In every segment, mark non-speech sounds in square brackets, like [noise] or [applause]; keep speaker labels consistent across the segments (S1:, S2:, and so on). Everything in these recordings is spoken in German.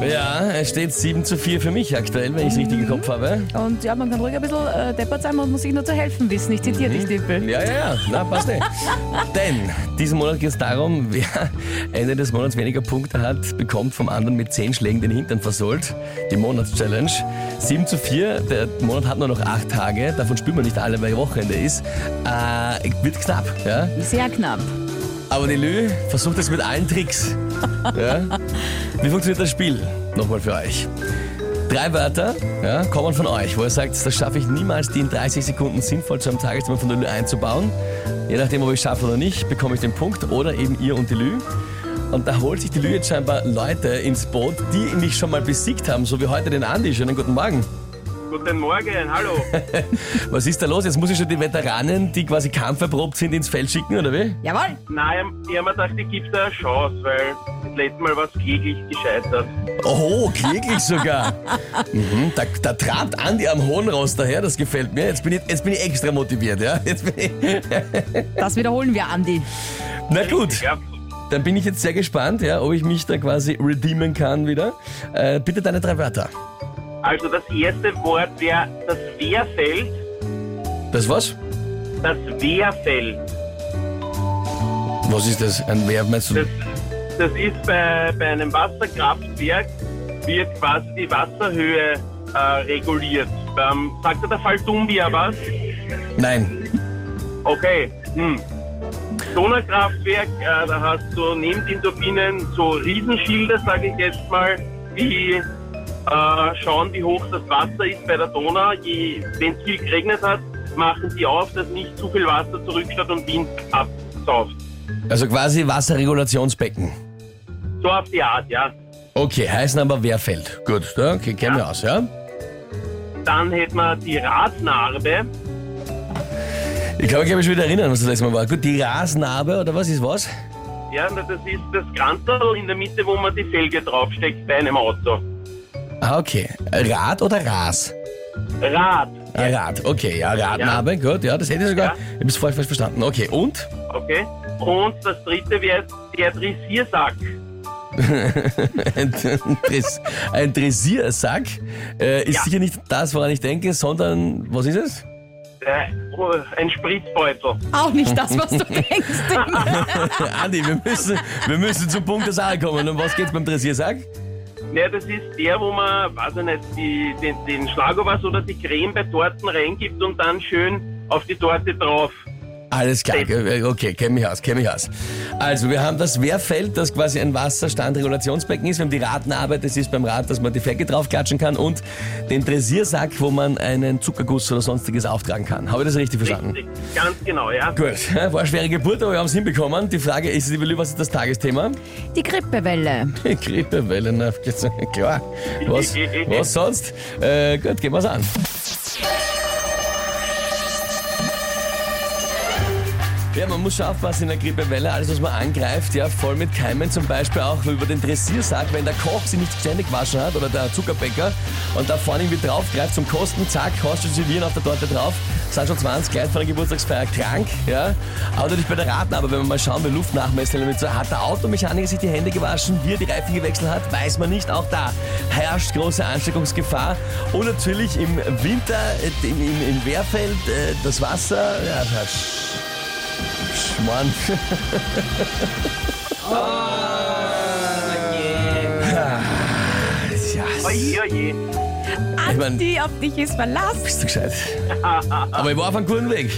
S1: Ja, es steht 7 zu 4 für mich aktuell, wenn ich es richtig im Kopf habe.
S2: Und ja, man kann ruhig ein bisschen äh, deppert sein, man muss sich nur zu helfen wissen. Ich zitiere
S1: Mhm.
S2: dich, Tippel.
S1: Ja, ja, ja, na, passt nicht. Denn diesen Monat geht es darum, [laughs] wer Ende des Monats weniger Punkte hat, bekommt vom anderen mit 10 Schlägen den Hintern versohlt. Die Monatschallenge. 7 zu 4, der Monat hat nur noch 8 Tage, davon spielen wir nicht alle, weil Wochenende ist. Äh, wird knapp, ja.
S2: Sehr knapp.
S1: Aber die Lü versucht es mit allen Tricks. Ja? Wie funktioniert das Spiel? Nochmal für euch. Drei Wörter ja, kommen von euch, wo ihr sagt, das schaffe ich niemals, die in 30 Sekunden sinnvoll zu einem Tagesthema von der Lü einzubauen. Je nachdem, ob ich es schaffe oder nicht, bekomme ich den Punkt oder eben ihr und die Lü. Und da holt sich die Lü jetzt scheinbar Leute ins Boot, die mich schon mal besiegt haben, so wie heute den Andi. Schönen guten Morgen.
S3: Guten Morgen, hallo.
S1: Was ist da los? Jetzt muss ich schon die Veteranen, die quasi kampferprobt sind, ins Feld schicken, oder wie?
S2: Jawohl!
S3: Nein, ich hab mir gedacht, ich gebe da eine Chance, weil das letzte Mal war es kläglich gescheitert.
S1: Oh, kläglich sogar. mhm, da, da trabt Andi am hohen Ross daher, das gefällt mir. Jetzt bin ich, jetzt bin ich extra motiviert, ja? Jetzt bin ich,
S2: Das wiederholen wir, Andi.
S1: na gut,
S3: Ja,
S1: dann bin ich jetzt sehr gespannt, ja, ob ich mich da quasi redeemen kann wieder. Äh, bitte deine drei Wörter.
S3: also das erste Wort wäre das Wehrfeld.
S1: Das was?
S3: Das Wehrfeld.
S1: Was ist das? Ein Wer meinst du?
S3: Das, das ist bei, bei einem Wasserkraftwerk, wird quasi die Wasserhöhe äh, reguliert. Ähm, sagt dir der Fall Dumbia was?
S1: Nein.
S3: Okay. Hm. Donaukraftwerk, äh, da hast du neben den Turbinen so Riesenschilder, sage ich jetzt mal, die äh, schauen, wie hoch das Wasser ist bei der Donau. Wenn es viel geregnet hat, machen die auf, dass nicht zu viel Wasser zurückstatt und Wind absauft.
S1: Also quasi Wasserregulationsbecken.
S3: So auf die Art, ja.
S1: Okay, heißen aber Wehrfeld. Gut, ja, okay, kennen wir aus, ja?
S3: Dann hätten wir die Radnarbe.
S1: Ich glaube, ich kann mich wieder erinnern, was das letzte Mal war. Gut, die Rasnarbe oder was ist was?
S3: Ja, na, das ist das Gantel in der Mitte, wo man die Felge draufsteckt bei einem Auto.
S1: Ah, okay. Rad oder Ras?
S3: Rad,
S1: Ja, Rad, okay, ja, Radnarbe, gut, ja, das hätte ich sogar.
S3: Ja.
S1: Ich habe es voll falsch verstanden. Okay, und? [laughs]
S3: okay? Und das dritte wäre der Dressiersack.
S1: ein, Dress, ein Dressiersack äh, ist
S3: Ja.
S1: sicher nicht das, woran ich denke, sondern, was ist
S3: [laughs]
S1: es?
S3: Äh, oh, ein Spritzbeutel.
S2: Auch nicht das,
S1: [laughs]
S2: was du denkst.
S1: Andi, wir müssen, wir müssen zum Punkt der Sache kommen. Um was geht's beim Dressiersack?
S3: Ja, das ist der, wo man, weiß ich nicht, die, den, den Schlagobers oder die Creme bei Torten reingibt und dann schön auf die Torte drauf.
S1: Alles klar, äh, okay, kenn mich aus, kenn mich aus. Also, wir haben das Wehrfeld, das quasi ein Wasserstandregulationsbecken ist. Wir haben die Ratenarbeit, das ist beim Rad, dass man die Flecke draufklatschen kann und den Dressiersack, wo man einen Zuckerguss oder sonstiges auftragen kann. Habe ich das richtig verstanden?
S3: Richtig, ganz genau, ja.
S1: Gut, [laughs] war eine schwere Geburt, aber wir haben es hinbekommen. Die Frage ist, liebe Lü, was ist das Tagesthema? [laughs]
S2: Die Grippewelle.
S1: Grippewelle, na, [laughs] klar. Was, was sonst? Äh, gut, gehen wir's an. Ja, man muss schon aufpassen in der Grippewelle. Alles, was man angreift, ja, voll mit Keimen. Zum Beispiel auch über den Dressiersack, wenn der Koch sie nicht ständig gewaschen hat oder der Zuckerbäcker und da vorne irgendwie draufgreift zum Kosten, zack, kostet sie Viren auf der Torte drauf. Sind schon 20 Leute von der Geburtstagsfeier krank, ja. Aber natürlich bei der Raten, aber wenn wir mal schauen, bei Luftnachmessern, so, hat der Automechaniker sich die Hände gewaschen, wie er die Reifen gewechselt hat, weiß man nicht. Auch da herrscht große Ansteckungsgefahr. Und natürlich im Winter, äh, im, im, im Wehrfeld, äh, das Wasser, ja, das Mann. Ah, Ja,
S3: Oje, oje.
S1: mein-
S2: Andi, auf dich ist Verlass.
S1: [laughs] bist du gescheit. Aber ich war auf einem guten Weg.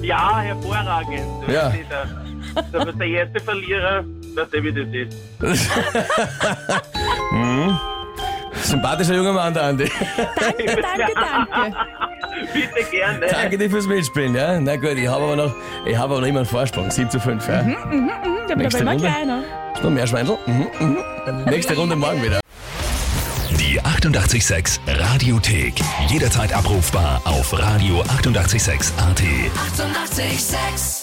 S3: Ja, hervorragend. Du
S1: Ja.
S3: bist Der, du bist der erste Verlierer, dass der wie das ist.
S1: Mhm. Sympathischer junger Mann, der Andi.
S2: Danke, danke.
S3: Bitte gerne.
S1: Danke dir fürs Mitspielen, ja? Na gut, ich habe aber noch, ich habe aber noch immer einen Vorsprung. 7 zu 5, ja?
S2: Der wird aber
S1: Nächste
S2: immer
S1: Runde.
S2: kleiner.
S1: Noch mehr Schweindel? Mhm, mhm. Nächste Runde morgen wieder.
S4: Die 886 Radiothek. Jederzeit abrufbar auf radio886.at. 886! 886.
S5: 886